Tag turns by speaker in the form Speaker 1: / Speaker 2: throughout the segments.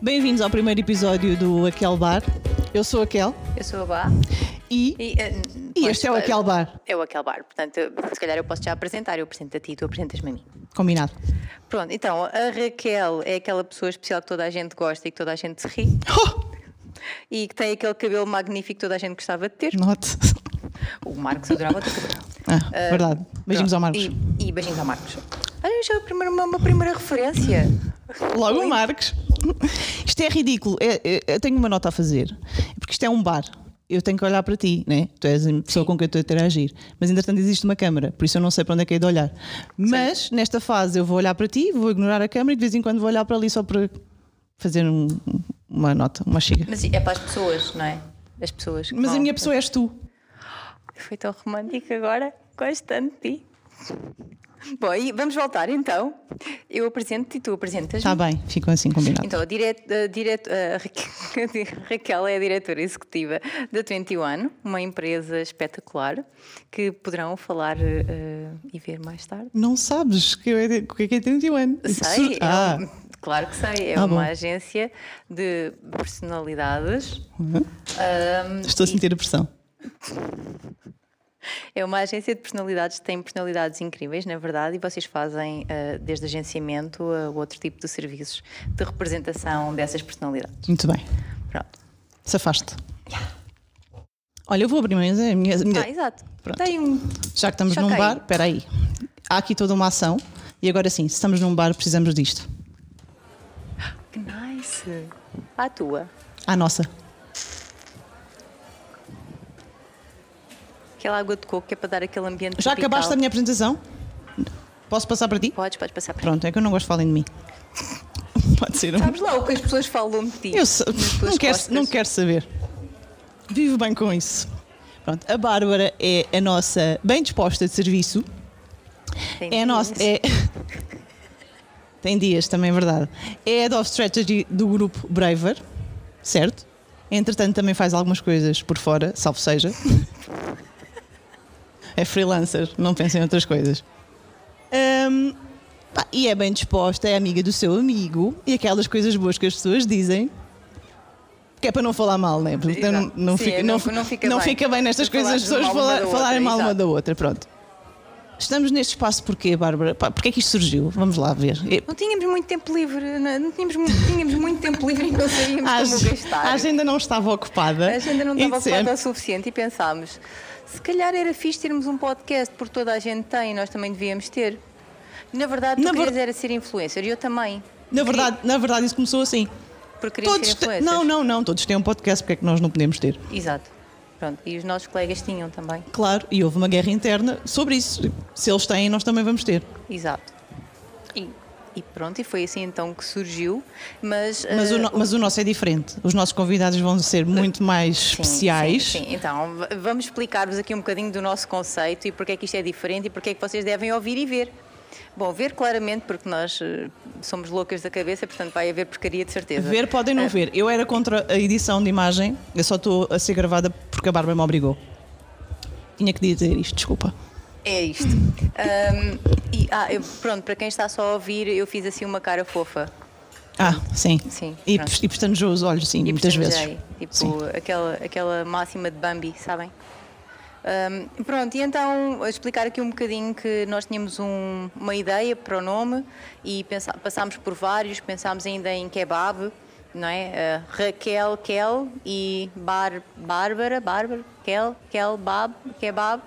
Speaker 1: Bem-vindos ao primeiro episódio do Aquel Bar. Eu sou a Kel
Speaker 2: Eu sou a Bá.
Speaker 1: e,
Speaker 2: E, eh, n-
Speaker 1: e
Speaker 2: pois,
Speaker 1: este é o
Speaker 2: eh,
Speaker 1: Aquel Bar.
Speaker 2: É o Aquel Bar. Portanto, se calhar eu posso já apresentar. Eu apresento a ti e tu apresentas-me a mim.
Speaker 1: Combinado.
Speaker 2: Pronto, então, a Raquel é aquela pessoa especial que toda a gente gosta e que toda a gente se ri.
Speaker 1: Oh,
Speaker 2: E que tem aquele cabelo magnífico que toda a gente gostava de ter.
Speaker 1: Note.
Speaker 2: O Marcos adorava o teu cabelo.
Speaker 1: Ah, verdade. Beijinhos
Speaker 2: Pronto,
Speaker 1: ao Marcos.
Speaker 2: E, e beijinhos ao Marcos. Olha, já é a primeira- uma, uma primeira referência.
Speaker 1: Logo o Marcos. Isto é ridículo. É- é- eu tenho uma nota a fazer. Porque isto é um bar. Eu tenho que olhar para ti, né? Tu és a pessoa com quem eu estou a interagir. Mas entretanto existe uma câmara, por isso eu não sei para onde é que é de olhar. Mas nesta fase eu vou olhar para ti, vou ignorar a câmara e de vez em quando vou olhar para ali só para fazer um- uma nota, uma chega.
Speaker 2: Mas é para as pessoas, não é? As pessoas. que
Speaker 1: Mas a
Speaker 2: vão-
Speaker 1: minha pessoa és tu.
Speaker 2: Foi tão romântico agora, gosto tanto de ti. Bom, e vamos voltar então. Eu apresento e tu apresentas.
Speaker 1: Está bem, ficam assim combinados.
Speaker 2: Então, a, direto- a direto- a Raquel- Raquel é a diretora executiva da 21, uma empresa espetacular que poderão falar eh, e ver mais tarde.
Speaker 1: Não sabes que eu é- o que é que é 31?
Speaker 2: Sei, é
Speaker 1: Ah,
Speaker 2: um- claro que sei, é
Speaker 1: Ah, bom.
Speaker 2: uma agência de personalidades.
Speaker 1: Uhum.
Speaker 2: Ahm,
Speaker 1: estou a sentir a pressão.
Speaker 2: É uma agência de personalidades que tem personalidades incríveis, na verdade, e vocês fazem ah, desde agenciamento a outro tipo de serviços de representação dessas personalidades.
Speaker 1: Muito bem,
Speaker 2: Pronto.
Speaker 1: se afaste. Olha, eu vou abrir mais a minha. a minha-
Speaker 2: Ah, exato.
Speaker 1: Pronto.
Speaker 2: Tem um.
Speaker 1: já que estamos num
Speaker 2: choquei.
Speaker 1: bar, espera aí. Há aqui toda uma ação e agora sim, se estamos num bar, precisamos disto.
Speaker 2: Que nice! A tua.
Speaker 1: À nossa.
Speaker 2: Aquela água de coco que é para dar aquele ambiente.
Speaker 1: Já
Speaker 2: tropical.
Speaker 1: acabaste a minha apresentação? Posso passar para ti?
Speaker 2: Podes, podes passar para
Speaker 1: Pronto, é que eu não gosto de falarem de mim. Pode ser um.
Speaker 2: Sabes lá o que as pessoas falam de ti.
Speaker 1: Eu sa-
Speaker 2: nas tuas
Speaker 1: não, quero,
Speaker 2: costas.
Speaker 1: não quero saber. Vivo bem com isso. Pronto, a Bárbara é a nossa bem disposta de serviço.
Speaker 2: Tem
Speaker 1: É a nossa.
Speaker 2: isso.
Speaker 1: É... Tem dias, também é verdade. É Head of Strategy do grupo Braver, certo? Entretanto, também faz algumas coisas por fora, salvo seja. É freelancer, não pensa em outras coisas. Ahm, pá, e é bem disposta, é amiga do seu amigo e aquelas coisas boas que as pessoas dizem. Que é para não falar mal, né? Porque
Speaker 2: Exato.
Speaker 1: não, não,
Speaker 2: Sim,
Speaker 1: fica,
Speaker 2: é,
Speaker 1: não,
Speaker 2: não-
Speaker 1: fi-
Speaker 2: não fica
Speaker 1: não
Speaker 2: bem.
Speaker 1: fica bem nestas
Speaker 2: Não
Speaker 1: coisas as pessoas fala-
Speaker 2: falarmos mal uma da outra,
Speaker 1: falarem mal uma
Speaker 2: exato.
Speaker 1: da outra. Pronto. Estamos neste espaço porquê, Bárbara? Pá, Porquê é que isto surgiu? Vamos lá ver. É-
Speaker 2: Não tínhamos muito tempo livre, não, não tínhamos, mu- tínhamos muito tempo livre e não sabíamos
Speaker 1: A,
Speaker 2: como
Speaker 1: ag-
Speaker 2: gastar.
Speaker 1: a agenda não estava ocupada.
Speaker 2: A agenda não
Speaker 1: E
Speaker 2: estava
Speaker 1: disseram,
Speaker 2: ocupada o suficiente e pensámos, se calhar era fixe termos um podcast, porque toda a gente tem, nós também devíamos ter. Na verdade, tu
Speaker 1: Na ver-
Speaker 2: querias era ser influencer e eu também.
Speaker 1: Na verdade, na verdade, isso começou assim.
Speaker 2: Porque queria
Speaker 1: Todos
Speaker 2: ser
Speaker 1: te-
Speaker 2: influencer.
Speaker 1: Não, não, não, todos têm um podcast, porque é que nós não podemos ter?
Speaker 2: Exato. Pronto. E os nossos colegas tinham também.
Speaker 1: Claro, e houve uma guerra interna sobre isso. Se eles têm, nós também vamos ter.
Speaker 2: Exato. E, e pronto, e foi assim então que surgiu. Mas,
Speaker 1: Mas,
Speaker 2: eh,
Speaker 1: o, no- mas o nosso é diferente. Os nossos convidados vão ser muito mais
Speaker 2: Sim,
Speaker 1: especiais.
Speaker 2: Sim, sim. Então, v- vamos explicar-vos aqui um bocadinho do nosso conceito e porque é que isto é diferente e porque é que vocês devem ouvir e ver. Bom, ver claramente, porque nós eh, somos loucas da cabeça, portanto vai haver porcaria de certeza.
Speaker 1: Ver, podem não ver. Eu era contra a edição de imagem, eu só estou a ser gravada porque a Bárbara me obrigou. Tinha que dizer isto, desculpa.
Speaker 2: É isto. Ahm, e, ah, eu- pronto, para quem está só a ouvir, eu fiz assim uma cara fofa.
Speaker 1: Ah, sim.
Speaker 2: Sim,
Speaker 1: e
Speaker 2: pronto.
Speaker 1: pes- e pestanejou os olhos, sim,
Speaker 2: E
Speaker 1: muitas vezes.
Speaker 2: pestanejei, Tipo,
Speaker 1: Sim.
Speaker 2: Aquela, aquela máxima de Bambi, sabem? Ahm, pronto, e então a explicar aqui um bocadinho que nós tínhamos um- uma ideia para o nome e pensa- passámos por vários, pensámos ainda em kebab, não é? Ah, Raquel, Kel e Bar, Bárbara, Bárbara, Kel, Kel, Bab, Kebab,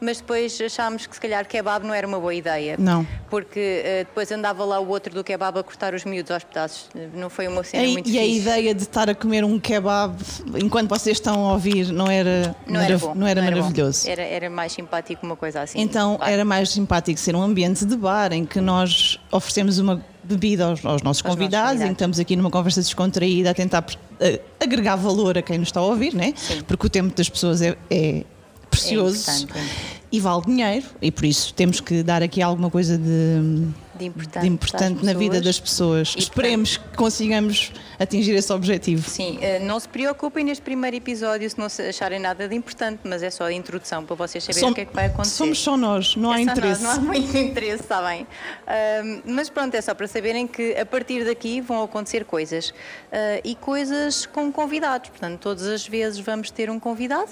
Speaker 2: mas depois achámos que se calhar kebab não era uma boa ideia.
Speaker 1: Não.
Speaker 2: Porque ah, depois andava lá o outro do kebab a cortar os miúdos aos pedaços, não foi uma cena
Speaker 1: E,
Speaker 2: muito
Speaker 1: e a
Speaker 2: fixe.
Speaker 1: ideia de estar a comer um kebab enquanto vocês estão a ouvir não era,
Speaker 2: Não era,
Speaker 1: marav-
Speaker 2: bom,
Speaker 1: não era
Speaker 2: bom.
Speaker 1: maravilhoso.
Speaker 2: Era, era mais simpático uma coisa assim.
Speaker 1: Então
Speaker 2: Claro.
Speaker 1: era mais simpático ser um ambiente de bar em que nós oferecemos uma bebida aos, aos nossos
Speaker 2: Aos
Speaker 1: convidados,
Speaker 2: nossos
Speaker 1: em que estamos aqui numa conversa descontraída a tentar eh, agregar valor a quem nos está a ouvir, né? porque o tempo das pessoas é, é precioso
Speaker 2: importante, é importante.
Speaker 1: e vale dinheiro e por isso temos que dar aqui alguma coisa de,
Speaker 2: de importante,
Speaker 1: de importante
Speaker 2: às
Speaker 1: na vida
Speaker 2: pessoas.
Speaker 1: das pessoas.
Speaker 2: tá E, tá.
Speaker 1: Esperemos que consigamos atingir esse objetivo.
Speaker 2: Sim, eh, não se preocupem neste primeiro episódio se não se acharem nada de importante, mas é só a introdução para vocês saberem
Speaker 1: Som-
Speaker 2: o que é que vai acontecer.
Speaker 1: Somos só nós, não há
Speaker 2: É só nós,
Speaker 1: interesse.
Speaker 2: não há muito interesse, está bem. Ahm, mas pronto, é só para saberem que a partir daqui vão acontecer coisas. Ah, e coisas com convidados. Portanto, todas as vezes vamos ter um convidado.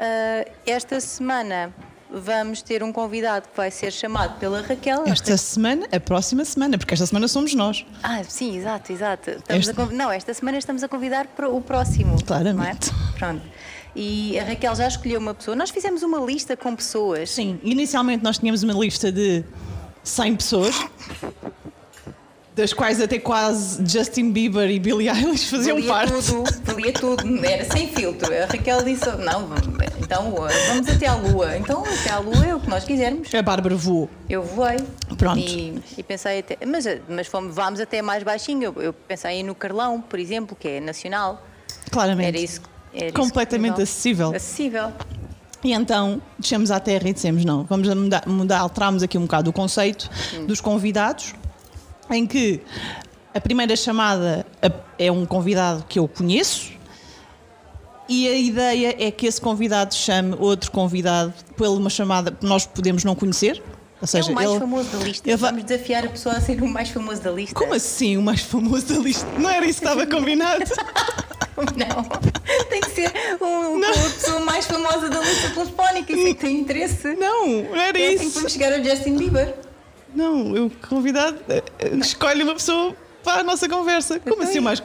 Speaker 2: Ah, esta semana vamos ter um convidado que vai ser chamado pela Raquel.
Speaker 1: Esta semana, a próxima semana, porque esta semana somos nós.
Speaker 2: Ah, sim, exato, exato. Estamos
Speaker 1: Esta-
Speaker 2: a conv- Não, esta semana estamos a convidar para o próximo.
Speaker 1: Claramente.
Speaker 2: não é? Pronto. E a Raquel já escolheu uma pessoa. Nós fizemos uma lista com pessoas.
Speaker 1: Sim, inicialmente nós tínhamos uma lista de 100 pessoas, das quais até quase Justin Bieber e Billie Eilish faziam
Speaker 2: Valia
Speaker 1: parte.
Speaker 2: tudo, valia tudo, era sem filtro. A Raquel disse: Não, vamos- então uh, vamos até à Lua. Então, até à Lua é o que nós quisermos.
Speaker 1: A Bárbara voou.
Speaker 2: Eu voei.
Speaker 1: Pronto.
Speaker 2: E, e pensei até. Mas, mas fomos, vamos até mais baixinho. Eu, eu pensei no Carlão, por exemplo, que é nacional.
Speaker 1: Claramente.
Speaker 2: Era isso. era isso que
Speaker 1: Completamente
Speaker 2: legal.
Speaker 1: acessível.
Speaker 2: Acessível.
Speaker 1: E então descemos à terra e dissemos: não, vamos mudar, mudar alterámos aqui um bocado o conceito dos convidados, em que a primeira chamada a- é um convidado que eu conheço. E a ideia é que esse convidado chame outro convidado por uma chamada que nós podemos não conhecer. Ou seja,
Speaker 2: é o mais
Speaker 1: ele-
Speaker 2: famoso da lista.
Speaker 1: ele va-
Speaker 2: Vamos desafiar a pessoa a ser o mais famoso da lista.
Speaker 1: Como assim o mais famoso da lista? Não era isso que estava combinado?
Speaker 2: Não. Tem que ser um, a pessoa mais famosa da lista telefónica. Isso é que tem interesse.
Speaker 1: não, não era
Speaker 2: É assim que
Speaker 1: isso.
Speaker 2: vamos chegar ao Justin Bieber.
Speaker 1: Não, eu convidado eh, eh, escolhe uma pessoa para a nossa conversa. Como
Speaker 2: Então
Speaker 1: assim o
Speaker 2: é-
Speaker 1: mais.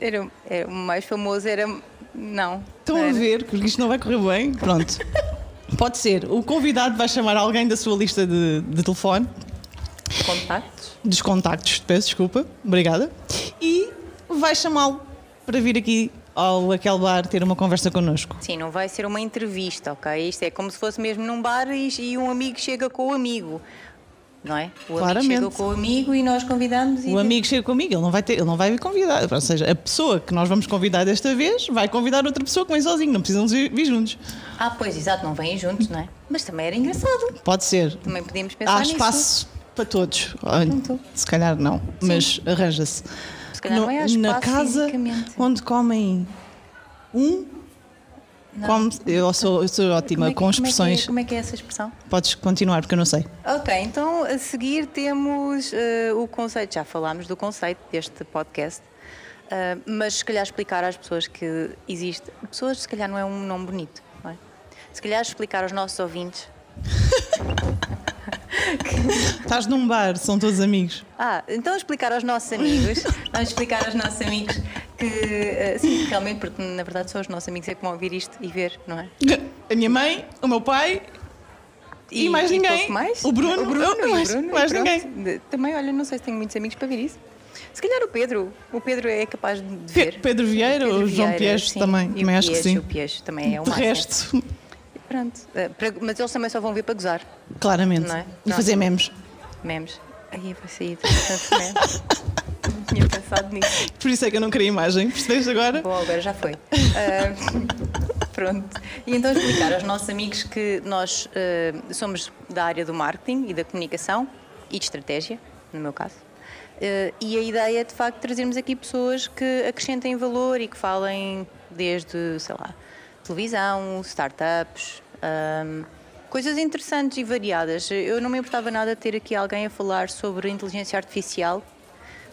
Speaker 2: Era, era o mais famoso era. Não.
Speaker 1: Estão
Speaker 2: não
Speaker 1: a
Speaker 2: era.
Speaker 1: ver que isto não vai correr bem? Pronto. Pode ser. O convidado vai chamar alguém da sua lista de, de telefone,
Speaker 2: Contactos.
Speaker 1: dos contactos, peço desculpa, obrigada, e vai chamá-lo para vir aqui ao aquele bar ter uma conversa connosco.
Speaker 2: Sim, não vai ser uma entrevista, ok? Isto é como se fosse mesmo num bar e, e um amigo chega com o amigo. Não é? O
Speaker 1: Claramente.
Speaker 2: amigo chega com o amigo e nós convidamos e.
Speaker 1: O amigo chega comigo, ele não vai ter, ele não vai vir convidar. Ou seja, a pessoa que nós vamos convidar desta vez vai convidar outra pessoa que vem sozinho, não precisam de vir juntos.
Speaker 2: Ah, pois, exato, não vêm juntos, não é? Mas também era engraçado.
Speaker 1: Pode ser.
Speaker 2: Também podíamos pensar
Speaker 1: Há
Speaker 2: nisso.
Speaker 1: espaço para todos. Olha,
Speaker 2: Pronto.
Speaker 1: Se calhar não, mas arranja-se.
Speaker 2: Se calhar não é, há
Speaker 1: na
Speaker 2: espaço
Speaker 1: casa
Speaker 2: fisicamente.
Speaker 1: onde comem um, come, eu sou, eu sou
Speaker 2: Como
Speaker 1: ótima
Speaker 2: é que-
Speaker 1: com
Speaker 2: como é que é-
Speaker 1: expressões.
Speaker 2: Como é que é essa expressão?
Speaker 1: Podes continuar, porque eu não sei.
Speaker 2: Ok, então a seguir temos eh, o conceito. Já falámos do conceito deste podcast, eh, mas se calhar explicar às pessoas que existe. Pessoas, se calhar, não é um nome bonito, não é? Se calhar explicar aos nossos ouvintes.
Speaker 1: Estás num bar, são todos amigos.
Speaker 2: Ah, então explicar aos nossos amigos. Vamos explicar aos nossos amigos que. eh, sim, realmente, porque na verdade só os nossos amigos é que vão ouvir isto e ver, não é?
Speaker 1: A minha mãe, o meu pai, E mais ninguém?
Speaker 2: pouco mais?
Speaker 1: O Bruno?
Speaker 2: o Bruno,
Speaker 1: Eu- eu
Speaker 2: e o
Speaker 1: acho-
Speaker 2: Bruno, e
Speaker 1: mais
Speaker 2: pronto.
Speaker 1: ninguém.
Speaker 2: De- Também, olha, não sei se tenho muitos amigos para ver isso. Se calhar o Pedro. O Pedro é capaz de
Speaker 1: Pe-
Speaker 2: ver.
Speaker 1: Pedro Vieira, o João Piejo
Speaker 2: sim.
Speaker 1: também,
Speaker 2: E o
Speaker 1: também acho que
Speaker 2: Piejo,
Speaker 1: sim.
Speaker 2: O Piejo também é o
Speaker 1: de
Speaker 2: máximo.
Speaker 1: resto,
Speaker 2: Pronto. Eh, para- Mas eles também só vão ver para gozar.
Speaker 1: claramente.
Speaker 2: Não é?
Speaker 1: E fazer memes.
Speaker 2: Memes. Aí vai sair tanto memes. Não tinha pensado nisso.
Speaker 1: Por isso é que eu não queria imagem. Percebeste agora?
Speaker 2: Bom, agora já foi. Eh, Ah, pronto. E então explicar aos nossos amigos que nós ah, somos da área do marketing e da comunicação e de estratégia, no meu caso. Ah, e a ideia é de facto trazermos aqui pessoas que acrescentem valor e que falem desde, sei lá, televisão, startups, ah, coisas interessantes e variadas. Eu não me importava nada de ter aqui alguém a falar sobre inteligência artificial,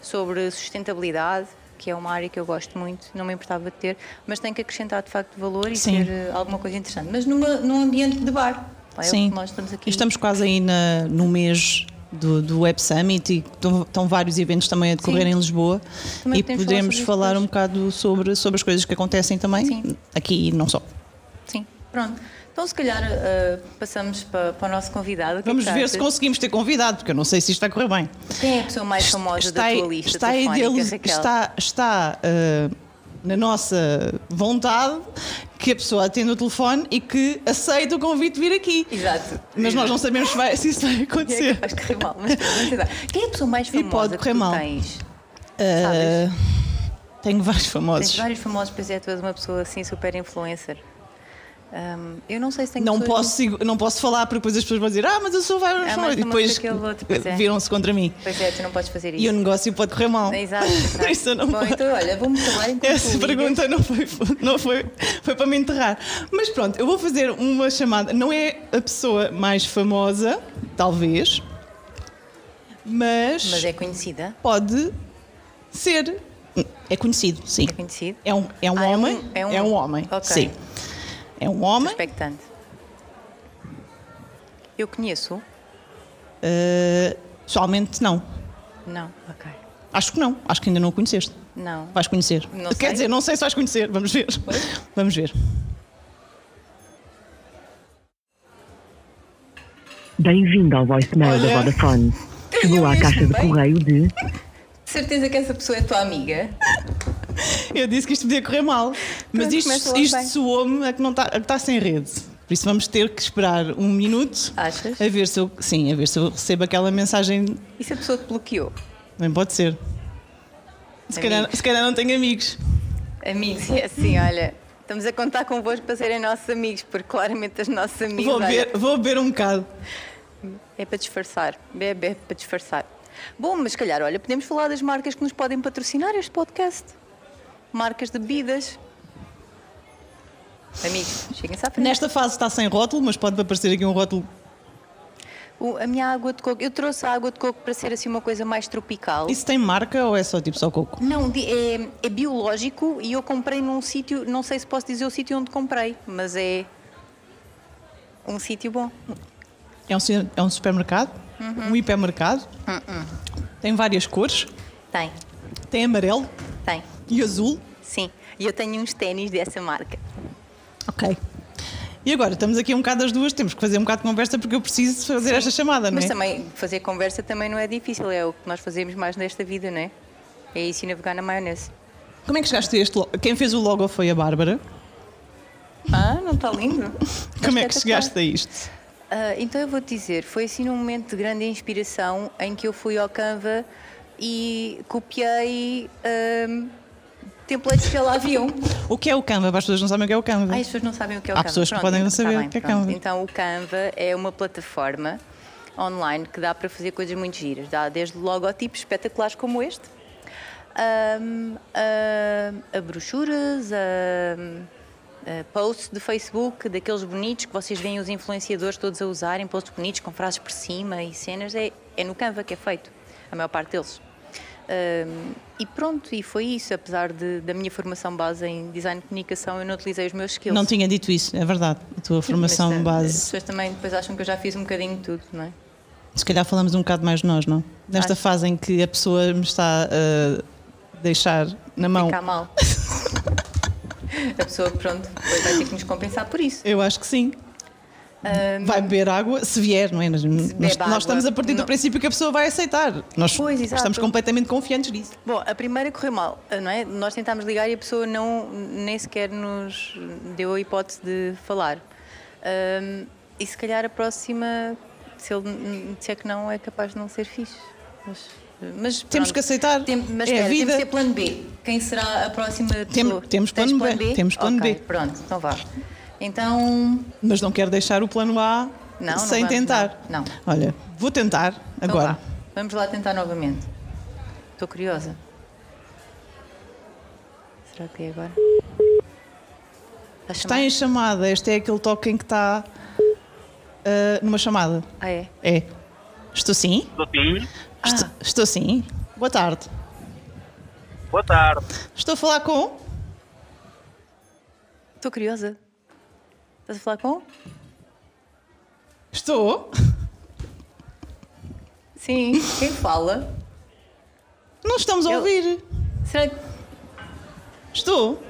Speaker 2: sobre sustentabilidade, que é uma área que eu gosto muito, não me importava de ter, mas tem que acrescentar de facto valor e
Speaker 1: Sim.
Speaker 2: ter eh, alguma coisa interessante. Mas numa, num ambiente de bar. É o que
Speaker 1: Sim.
Speaker 2: Nós estamos aqui.
Speaker 1: Estamos quase aí na- no mês do, do Web Summit e estão, estão vários eventos também a decorrer
Speaker 2: Sim.
Speaker 1: em Lisboa
Speaker 2: Também
Speaker 1: e
Speaker 2: podemos
Speaker 1: podemos
Speaker 2: falar sobre isso
Speaker 1: falar
Speaker 2: depois.
Speaker 1: um bocado sobre, sobre as coisas que acontecem também
Speaker 2: Sim.
Speaker 1: aqui e não só.
Speaker 2: Sim, pronto. Então, se calhar, eh, passamos para, para o nosso convidado. O que é
Speaker 1: Vamos
Speaker 2: que
Speaker 1: ver
Speaker 2: achas?
Speaker 1: se conseguimos ter convidado, porque eu não sei se isto vai correr bem.
Speaker 2: Quem é a pessoa mais famosa da tua lista?
Speaker 1: está,
Speaker 2: telefónica,
Speaker 1: ideal-
Speaker 2: Raquel?
Speaker 1: está, está, ah, na nossa vontade que a pessoa atenda o telefone e que aceite o convite de vir aqui.
Speaker 2: Exato.
Speaker 1: Mas nós não sabemos se, vai- se isso vai
Speaker 2: É
Speaker 1: acontecer.
Speaker 2: capaz de correr mal, mas pronto, vamos tentar. Quem é a pessoa mais famosa
Speaker 1: pode
Speaker 2: que
Speaker 1: correr
Speaker 2: tu
Speaker 1: mal.
Speaker 2: tens?
Speaker 1: Ah,
Speaker 2: Sabes?
Speaker 1: tenho vários
Speaker 2: Tens
Speaker 1: famosos.
Speaker 2: vários famosos, pois é, tu és uma pessoa assim super influencer. Ahm, eu não sei se tenho
Speaker 1: Não
Speaker 2: pessoas-
Speaker 1: posso, sigo- não posso falar porque depois as pessoas vão dizer ah, mas eu sou vai,
Speaker 2: mas
Speaker 1: e
Speaker 2: não
Speaker 1: depois eh,
Speaker 2: sei aquele outro, pois é.
Speaker 1: viram-se contra mim.
Speaker 2: Pois é, tu não podes fazer isso.
Speaker 1: E o negócio pode correr mal.
Speaker 2: Exato, exato.
Speaker 1: Isso eu não
Speaker 2: Bom,
Speaker 1: posso.
Speaker 2: então olha, vamos falar enquanto
Speaker 1: Essa
Speaker 2: tu ligas.
Speaker 1: pergunta não foi, não foi, foi para me enterrar. Mas pronto, eu vou fazer uma chamada. Não é a pessoa mais famosa, talvez, mas,
Speaker 2: Mas é conhecida?
Speaker 1: pode ser. É conhecido, sim.
Speaker 2: É conhecido?
Speaker 1: É um, é um
Speaker 2: Ah, é um-
Speaker 1: homem.
Speaker 2: é um-
Speaker 1: homem.
Speaker 2: Ok.
Speaker 1: Sim. É um homem.
Speaker 2: Expectante. Eu conheço?
Speaker 1: eh, Pessoalmente, não.
Speaker 2: Não. Ok.
Speaker 1: Acho que não. Acho que ainda não o conheceste.
Speaker 2: Não.
Speaker 1: Vais conhecer.
Speaker 2: Não
Speaker 1: Quer
Speaker 2: sei.
Speaker 1: dizer, não sei se vais conhecer. Vamos ver. Vamos ver.
Speaker 3: Bem-vindo ao voicemail
Speaker 1: Olha.
Speaker 3: da Vodafone. Chegou à
Speaker 2: mesmo,
Speaker 3: caixa de
Speaker 2: bem?
Speaker 3: correio de
Speaker 2: De certeza que essa pessoa é tua amiga?
Speaker 1: Eu disse que isto podia correr mal. Mas
Speaker 2: Pronto, começa
Speaker 1: isto,
Speaker 2: logo
Speaker 1: isto
Speaker 2: bem.
Speaker 1: soou-me a que não está tá sem rede. Por isso vamos ter que esperar um minuto
Speaker 2: Achas?
Speaker 1: a ver se eu, sim, a ver se eu recebo aquela mensagem.
Speaker 2: É. E se a pessoa te bloqueou?
Speaker 1: Nem pode ser. Se calhar,
Speaker 2: Amigos.
Speaker 1: se calhar não tenho amigos.
Speaker 2: Amigos, é assim, olha, estamos a contar convosco para serem nossos amigos, porque claramente as nossas amigas.
Speaker 1: Vou
Speaker 2: olha,
Speaker 1: beber, vou beber um bocado.
Speaker 2: É para disfarçar. Bebe é para disfarçar. Bom, mas se calhar, olha, podemos falar das marcas que nos podem patrocinar este podcast. Marcas de bebidas. Amigos, cheguem-se à frente.
Speaker 1: Nesta fase está sem rótulo, mas pode aparecer aqui um rótulo.
Speaker 2: O- a minha água de coco, eu trouxe a água de coco para ser assim uma coisa mais tropical.
Speaker 1: Isso tem marca ou é só tipo só coco?
Speaker 2: Não, di- é, é biológico e eu comprei num sítio, não sei se posso dizer o sítio onde comprei, mas é um sítio bom.
Speaker 1: É um, ci- é um supermercado?
Speaker 2: Uhum.
Speaker 1: Um hipermercado? Tem várias cores.
Speaker 2: Tem,
Speaker 1: Tem amarelo
Speaker 2: tem,
Speaker 1: e azul.
Speaker 2: sim. E eu tenho uns ténis dessa marca.
Speaker 1: Ok. E agora, estamos aqui um bocado das duas, temos que fazer um bocado de conversa porque eu preciso fazer esta chamada, não é?
Speaker 2: Mas também fazer conversa também não é difícil, é o que nós fazemos mais nesta vida, não é? É isso e navegar na maionese.
Speaker 1: Como é que chegaste a este logo? Quem fez o logo foi a Bárbara.
Speaker 2: Ah, não está lindo?
Speaker 1: Como é que
Speaker 2: Espetacular.
Speaker 1: chegaste a isto?
Speaker 2: Ah, então eu vou te dizer, foi assim num momento de grande inspiração em que eu fui ao Canva e copiei ahm, templates que lá haviam.
Speaker 1: O que é o Canva? Para As pessoas não sabem o que é o Canva.
Speaker 2: Ai, as pessoas não sabem o que é o
Speaker 1: Há
Speaker 2: Canva.
Speaker 1: pessoas que podem não
Speaker 2: então,
Speaker 1: saber
Speaker 2: tá
Speaker 1: o que é
Speaker 2: pronto.
Speaker 1: Canva.
Speaker 2: Então o Canva é uma plataforma online que dá para fazer coisas muito giras. Dá desde logotipos espetaculares como este, ahm, ahm, a, brochuras, ahm, a, eh, posts de Facebook, daqueles bonitos que vocês veem os influenciadores todos a usarem, posts bonitos com frases por cima e cenas. É, é no Canva que é feito, a maior parte deles. Ahm, e pronto, e foi isso. Apesar de- da minha formação base em design de comunicação, eu não utilizei os meus skills.
Speaker 1: Não tinha dito isso, é verdade. A tua formação
Speaker 2: Mas, ah, As
Speaker 1: base.
Speaker 2: pessoas também depois acham que eu já fiz um bocadinho de tudo, não é?
Speaker 1: Se calhar falamos um bocado mais de nós, não? Nesta
Speaker 2: Acho.
Speaker 1: fase em que a pessoa me está a deixar na mão.
Speaker 2: Fica mal. A pessoa, pronto, depois vai ter que nos compensar por isso.
Speaker 1: Eu acho que sim.
Speaker 2: Ahm,
Speaker 1: Vai beber água, se vier, não é? Nós, nós-
Speaker 2: água,
Speaker 1: nós estamos a partir do
Speaker 2: não-
Speaker 1: princípio que a pessoa vai aceitar. Nós
Speaker 2: Pois, exato.
Speaker 1: estamos completamente confiantes disso.
Speaker 2: Bom, a primeira correu mal, ah, não é? Nós tentámos ligar e a pessoa não, nem sequer nos deu a hipótese de falar. Ahm, e se calhar a próxima, se ele n- disser que não, é capaz de não ser fixe. Mas, mas
Speaker 1: Temos
Speaker 2: pronto.
Speaker 1: que aceitar.
Speaker 2: Tem- mas
Speaker 1: É a
Speaker 2: espera,
Speaker 1: vida.
Speaker 2: temos que ter plano B. Quem será a próxima pessoa?
Speaker 1: temos
Speaker 2: Tens
Speaker 1: plano B, temos plano
Speaker 2: Ok,
Speaker 1: B.
Speaker 2: Pronto, então vá. Então,
Speaker 1: Mas não quero deixar o plano A
Speaker 2: Não, não
Speaker 1: sem
Speaker 2: vamos,
Speaker 1: tentar.
Speaker 2: não, não.
Speaker 1: Olha, vou tentar
Speaker 2: então
Speaker 1: agora.
Speaker 2: vá. vamos lá tentar novamente. Estou curiosa. Será que é agora? Está a chamar?
Speaker 1: Está em chamada, este é aquele toque em que está ah, numa chamada.
Speaker 2: Ah, é?
Speaker 1: É. Estou sim?
Speaker 4: Estou sim.
Speaker 1: Estou,
Speaker 2: Ah.
Speaker 1: estou sim. Boa tarde.
Speaker 4: Boa tarde.
Speaker 1: Estou a falar com.
Speaker 2: Estou curiosa. Estás a falar com?
Speaker 1: Estou.
Speaker 2: Sim. Quem fala?
Speaker 1: Não estamos a
Speaker 2: Eu-
Speaker 1: ouvir.
Speaker 2: Será que.
Speaker 1: Estou.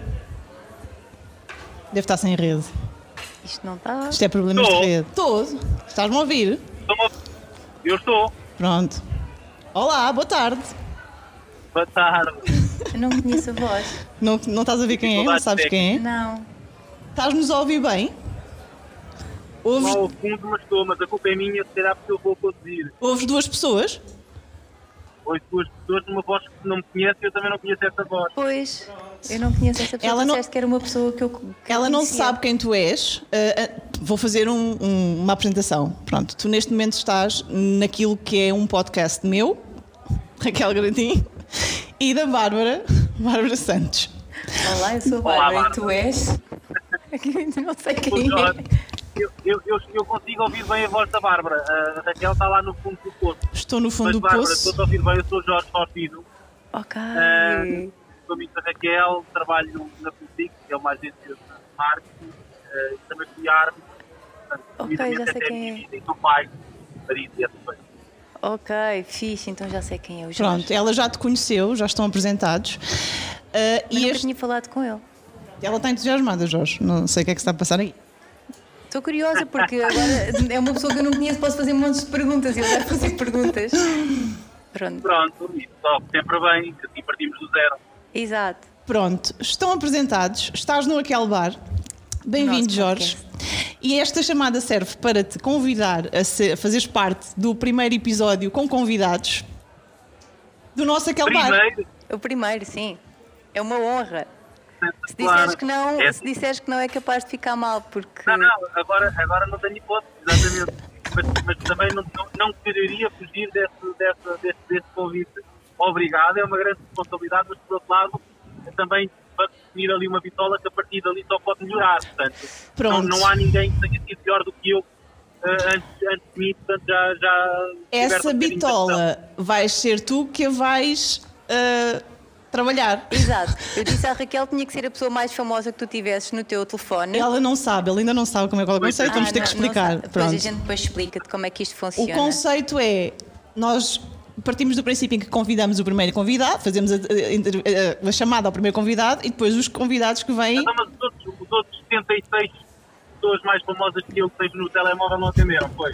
Speaker 1: Deve estar sem rede.
Speaker 2: Isto não tá? está.
Speaker 1: Isto é problemas
Speaker 4: Estou.
Speaker 1: de rede. Estou. Estás-me a ouvir?
Speaker 4: Estou-me a- Eu estou.
Speaker 1: Pronto. Olá, boa tarde.
Speaker 4: Boa tarde.
Speaker 2: Eu não conheço a voz.
Speaker 1: Não, não estás a ver quem é? Não sabes quem é?
Speaker 2: Não.
Speaker 1: Estás-nos a ouvir bem? Ouves,
Speaker 4: Não ao fundo, mas estou, mas a culpa é minha, se calhar porque eu vou conduzir.
Speaker 1: ouves duas pessoas?
Speaker 4: ouço duas pessoas numa voz que não me conhece e eu também não conheço essa voz.
Speaker 2: Pois, eu não conheço essa pessoa.
Speaker 1: Ela
Speaker 2: Ela
Speaker 1: não-
Speaker 2: não... que era uma pessoa que eu. que eu
Speaker 1: Ela não
Speaker 2: conhecia.
Speaker 1: sabe quem tu és. Ah, ah, vou fazer um- um- uma apresentação. Pronto, tu neste momento estás naquilo que é um podcast meu, Raquel Grandim, e da Bárbara, Bárbara Santos.
Speaker 2: Olá, eu sou a
Speaker 4: Olá,
Speaker 2: Bárbara e tu és. não sei quem
Speaker 4: Porque, olha,
Speaker 2: é.
Speaker 4: Eu, eu, eu, eu consigo ouvir bem a voz da Bárbara. A Raquel está lá no fundo do poço.
Speaker 1: Estou no fundo
Speaker 4: Mas
Speaker 1: do
Speaker 4: Bárbara,
Speaker 1: poço.
Speaker 4: estou a ouvir bem, eu sou Jorge Faustino.
Speaker 2: Ok.
Speaker 4: Ah, sou amigo da Raquel, trabalho na Política, que é uma agência de marketing, eh, e também fui árbitro. Portanto,
Speaker 2: Ok, já sei
Speaker 4: devidamente até a
Speaker 2: quem
Speaker 4: minha
Speaker 2: é.
Speaker 4: vida, e sou pai, marido e essas coisas.
Speaker 2: Ok, fixe, então já sei quem é o Jorge.
Speaker 1: Pronto, ela já te conheceu, já estão apresentados. Ah,
Speaker 2: Mas
Speaker 1: e
Speaker 2: nunca
Speaker 1: este-
Speaker 2: tinha falado com ele.
Speaker 1: ela está entusiasmada, Jorge. Não sei o que é que se está a passar aí.
Speaker 2: Estou curiosa porque agora é uma pessoa que eu não conheço, posso fazer montes de perguntas e ele vai fazer perguntas. Pronto,
Speaker 4: Pronto, e toco sempre bem, que assim partimos do zero.
Speaker 2: exato.
Speaker 1: Pronto, estão apresentados, estás no Aquel Bar. Bem-vindo,
Speaker 2: Nosso
Speaker 1: Jorge. E esta chamada serve para te convidar a, ser, a fazeres parte do primeiro episódio com convidados do nosso Aquel
Speaker 2: Então
Speaker 1: Bar.
Speaker 4: Primeiro,
Speaker 2: O primeiro, sim. É uma honra. Se
Speaker 4: claro,
Speaker 2: disseres que não,
Speaker 4: é-
Speaker 2: se disseres que não é capaz de ficar mal, porque.
Speaker 4: Não, não, agora, agora não tenho hipótese, exatamente. mas, mas também não, não, não quereria fugir desse, desse, desse, desse convite. Obrigado, é uma grande responsabilidade, mas por outro lado, é também vamos definir ali uma vitola que a partir dali só pode melhorar. Portanto,
Speaker 1: Pronto.
Speaker 4: Não, não há ninguém que tenha sido pior do que eu eh, antes, antes de mim, portanto já. já tiveram
Speaker 1: Essa
Speaker 4: um bocadinho de atenção.
Speaker 1: bitola vais ser tu que a vais ah, trabalhar.
Speaker 2: Exato. Eu disse à Raquel que tinha que ser a pessoa mais famosa que tu tivesses no teu telefone. Ah,
Speaker 1: Ela não sabe, ela ainda não sabe como é que é o conceito, vamos ter que explicar.
Speaker 2: Depois a
Speaker 1: Pronto.
Speaker 2: gente depois explica-te como é que isto
Speaker 1: O
Speaker 2: funciona.
Speaker 1: conceito é: nós partimos do princípio em que convidamos o primeiro convidado, fazemos a, a- inter- a- a chamada ao primeiro convidado e depois os convidados que vêm.
Speaker 4: Então, mas os outros, os outros 76 pessoas mais famosas que eu que tens no telemóvel não atenderam, foi?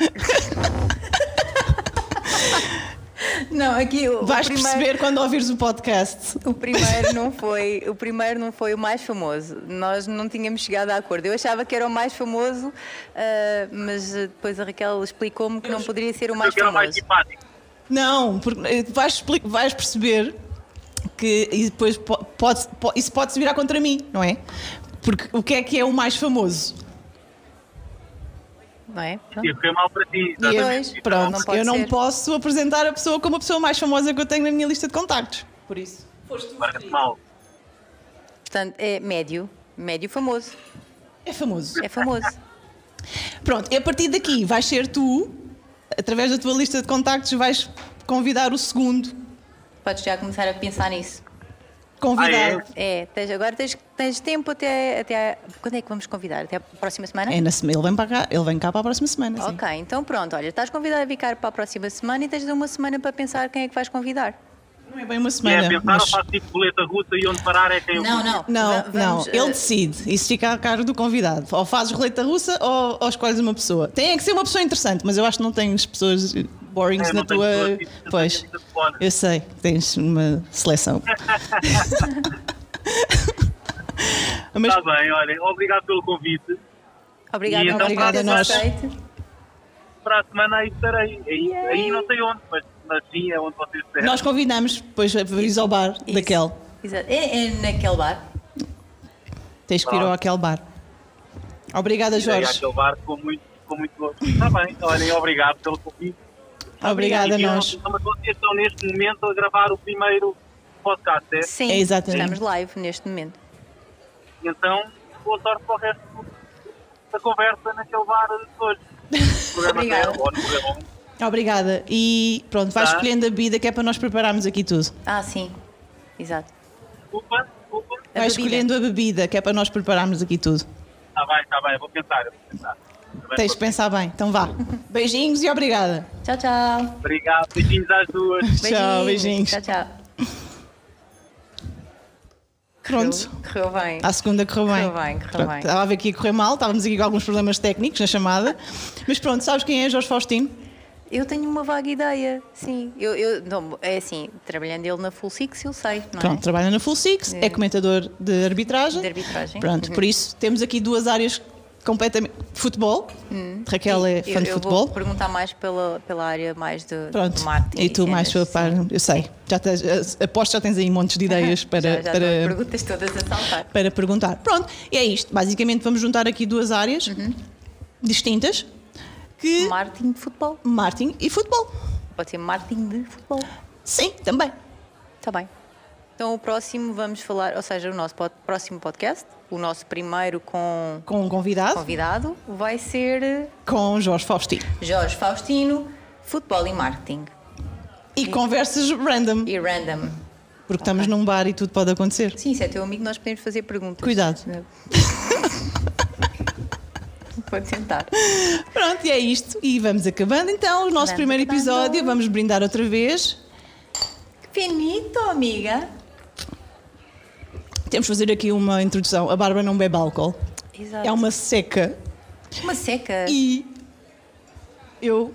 Speaker 2: Não, aqui o, o
Speaker 1: Vais
Speaker 2: primeiro,
Speaker 1: perceber quando ouvires o podcast.
Speaker 2: o primeiro não foi o primeiro não foi o mais famoso. Nós não tínhamos chegado a acordo. Eu achava que era o mais famoso, ah, mas ah, depois a Raquel explicou-me que não poderia ser o mais
Speaker 4: eu era o mais
Speaker 2: famoso.
Speaker 4: simpático.
Speaker 1: Não, porque eh, vais, expli- vais perceber que e depois po- pode- po- isso pode-se virar contra mim, não é? Porque o que é que é o mais famoso?
Speaker 2: Não é? Pronto.
Speaker 4: Sim, foi mal para ti.
Speaker 1: E eu-
Speaker 4: exatamente.
Speaker 2: Pois,
Speaker 1: pronto,
Speaker 2: não pode
Speaker 1: eu não
Speaker 2: ser.
Speaker 1: posso apresentar a pessoa como a pessoa mais famosa que eu tenho na minha lista de contactos. Por isso.
Speaker 4: Marca-te é mal.
Speaker 2: Portanto, é médio, médio famoso.
Speaker 1: É famoso.
Speaker 2: É famoso.
Speaker 1: Pronto, e a partir daqui vais ser tu, através da tua lista de contactos, vais convidar o segundo
Speaker 2: Podes já começar a pensar nisso.
Speaker 1: convidado.
Speaker 4: Ah,
Speaker 2: É, tens- agora tens, tens tempo até, até. à- Quando é que vamos convidar? Até a próxima semana?
Speaker 1: É na sema- ele, vem para cá, ele vem cá para a próxima semana. sim.
Speaker 2: Ok, então pronto, olha, estás convidado a ficar para a próxima semana e tens de uma semana para pensar quem é que vais convidar.
Speaker 1: Não é bem uma
Speaker 4: E
Speaker 1: semana.
Speaker 4: é pensar,
Speaker 1: mas-
Speaker 4: eu faço tipo boleta russa e onde parar é quem eu vou.
Speaker 1: Não,
Speaker 2: Va-
Speaker 1: não,
Speaker 2: vamos,
Speaker 1: ele
Speaker 2: eh,
Speaker 1: decide. Isso fica a cargo do convidado. Ou fazes roleta russa ou, ou escolhes uma pessoa. Tem é que ser uma pessoa interessante, mas eu acho que não tens pessoas borings
Speaker 4: É,
Speaker 1: na
Speaker 4: não tenho
Speaker 1: tua.
Speaker 4: pessoas, tipo, eu
Speaker 1: pois.
Speaker 4: tenho a lista de fora.
Speaker 1: Eu sei, tens uma seleção. mas
Speaker 4: Está Tá bem, olha, obrigado pelo convite.
Speaker 2: Obrigada,
Speaker 4: E então,
Speaker 2: obrigada a
Speaker 1: para
Speaker 2: nós.
Speaker 1: a
Speaker 4: Para a semana aí estarei. Aí, aí não sei onde, mas, mas sim, é onde vocês estiverem.
Speaker 1: nós convidamos, depois avisa ao bar daquele.
Speaker 2: Exato. É, é naquele bar.
Speaker 1: Tens que ir ao aquele bar. Obrigada,
Speaker 4: Irei
Speaker 1: Jorge.
Speaker 4: àquele bar com muito, com muito gosto. Está bem, olha, obrigado pelo convite.
Speaker 1: Obrigada a
Speaker 4: E eu-
Speaker 1: nós.
Speaker 4: Então, Mas vocês estão neste momento a gravar o primeiro podcast, é?
Speaker 2: Sim,
Speaker 1: É, exatamente.
Speaker 2: estamos live neste momento.
Speaker 4: Então, boa sorte para o resto da conversa naquele bar de hoje. No programa
Speaker 2: Obrigada.
Speaker 4: zero, ou no programa um.
Speaker 1: Obrigada. E pronto, vais
Speaker 4: Tá.
Speaker 1: escolhendo a bebida que é para nós prepararmos aqui tudo.
Speaker 2: Ah, sim, exato.
Speaker 4: Desculpa, desculpa.
Speaker 2: A
Speaker 1: Vais
Speaker 2: bebida.
Speaker 1: escolhendo a bebida que é para nós prepararmos aqui tudo.
Speaker 4: Está Tá bem, está bem, vou pensar. eu Vou pensar. Também
Speaker 1: Tens
Speaker 4: vou-
Speaker 1: de pensar bem. Então vá. Beijinhos e obrigada.
Speaker 2: Tchau, tchau.
Speaker 4: Obrigado, beijinhos às duas.
Speaker 1: Tchau, beijinhos.
Speaker 2: Tchau, tchau.
Speaker 1: Pronto. Ah.
Speaker 2: Correu, correu bem.
Speaker 1: À segunda correu bem.
Speaker 2: Correu bem, correu
Speaker 1: Pronto,
Speaker 2: bem.
Speaker 1: Estava a ver aqui a correr mal, estávamos aqui com alguns problemas técnicos na chamada. Mas pronto, sabes quem é Jorge Faustino?
Speaker 2: Eu tenho uma vaga ideia, sim. Eu, eu- não, é assim, trabalhando ele na Full Six, eu sei, não
Speaker 1: Pronto, trabalha na Full Six, é comentador é? de arbitragem.
Speaker 2: De arbitragem.
Speaker 1: Pronto, por isso temos aqui duas áreas completamente. Futebol. Raquel é
Speaker 2: Eu-
Speaker 1: fã de
Speaker 2: Hum. eu
Speaker 1: futebol.
Speaker 2: Vou perguntar mais pela, pela área mais de,
Speaker 1: Pronto.
Speaker 2: de marketing.
Speaker 1: E tu
Speaker 2: cenas,
Speaker 1: mais sua
Speaker 2: sim.
Speaker 1: par, eu sei. Já tens, eh, aposto que já tens aí montes de ideias para,
Speaker 2: já, já
Speaker 1: para,
Speaker 2: estou a perguntas todas a saltar.
Speaker 1: para perguntar. Pronto, e é isto. Basicamente vamos juntar aqui duas áreas
Speaker 2: Uhum.
Speaker 1: distintas que
Speaker 2: Marketing de futebol.
Speaker 1: marketing e futebol.
Speaker 2: Pode ser marketing de futebol.
Speaker 1: Sim, também. Tá
Speaker 2: Está bem. Então o próximo vamos falar, ou seja, o nosso pod- próximo podcast, o nosso primeiro com
Speaker 1: Com um convidado,
Speaker 2: convidado, vai ser eh,
Speaker 1: com Jorge Fausti.
Speaker 2: Jorge Faustino, futebol e marketing.
Speaker 1: E conversas random,
Speaker 2: E random.
Speaker 1: porque estamos num bar e tudo pode acontecer.
Speaker 2: Sim, se é teu amigo, nós podemos fazer perguntas.
Speaker 1: Cuidado.
Speaker 2: Vou tentar.
Speaker 1: Pronto, e é isto. E vamos acabando então o nosso
Speaker 2: Vamos
Speaker 1: primeiro
Speaker 2: acabando.
Speaker 1: episódio. Vamos brindar outra vez.
Speaker 2: Finito, amiga.
Speaker 1: Temos de fazer aqui uma introdução. A Bárbara não bebe álcool.
Speaker 2: Exato.
Speaker 1: É uma seca
Speaker 2: Uma seca.
Speaker 1: E eu.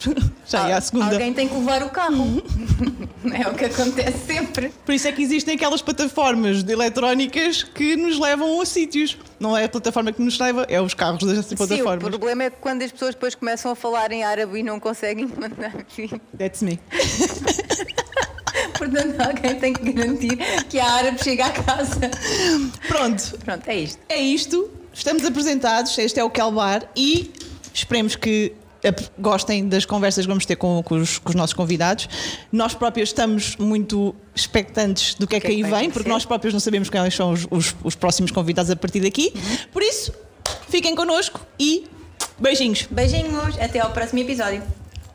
Speaker 1: Já é a segunda.
Speaker 2: Alguém tem que levar o carro. é o que acontece sempre.
Speaker 1: Por isso é que existem aquelas plataformas de eletrónicas que nos levam a sítios. Não é a plataforma que nos leva, é os carros das
Speaker 2: Sim, o
Speaker 1: plataformas.
Speaker 2: problema é que quando as pessoas depois começam a falar em árabe e não conseguem mandar vir.
Speaker 1: That's me.
Speaker 2: Portanto, alguém tem que garantir que a árabe chega à casa.
Speaker 1: Pronto,
Speaker 2: Pronto, é isto.
Speaker 1: é isto. Estamos apresentados. Este é o Kelbar e esperemos que ap- gostem das conversas que vamos ter com, com os, com os nossos convidados. Nós próprios estamos muito expectantes do que é que, aí vem, porque
Speaker 2: acontecer?
Speaker 1: nós próprios não sabemos quais são os, os- os próximos convidados a partir daqui. Por isso, fiquem connosco e beijinhos.
Speaker 2: Beijinhos, até ao próximo episódio.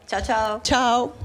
Speaker 2: Tchau, tchau.
Speaker 1: Tchau!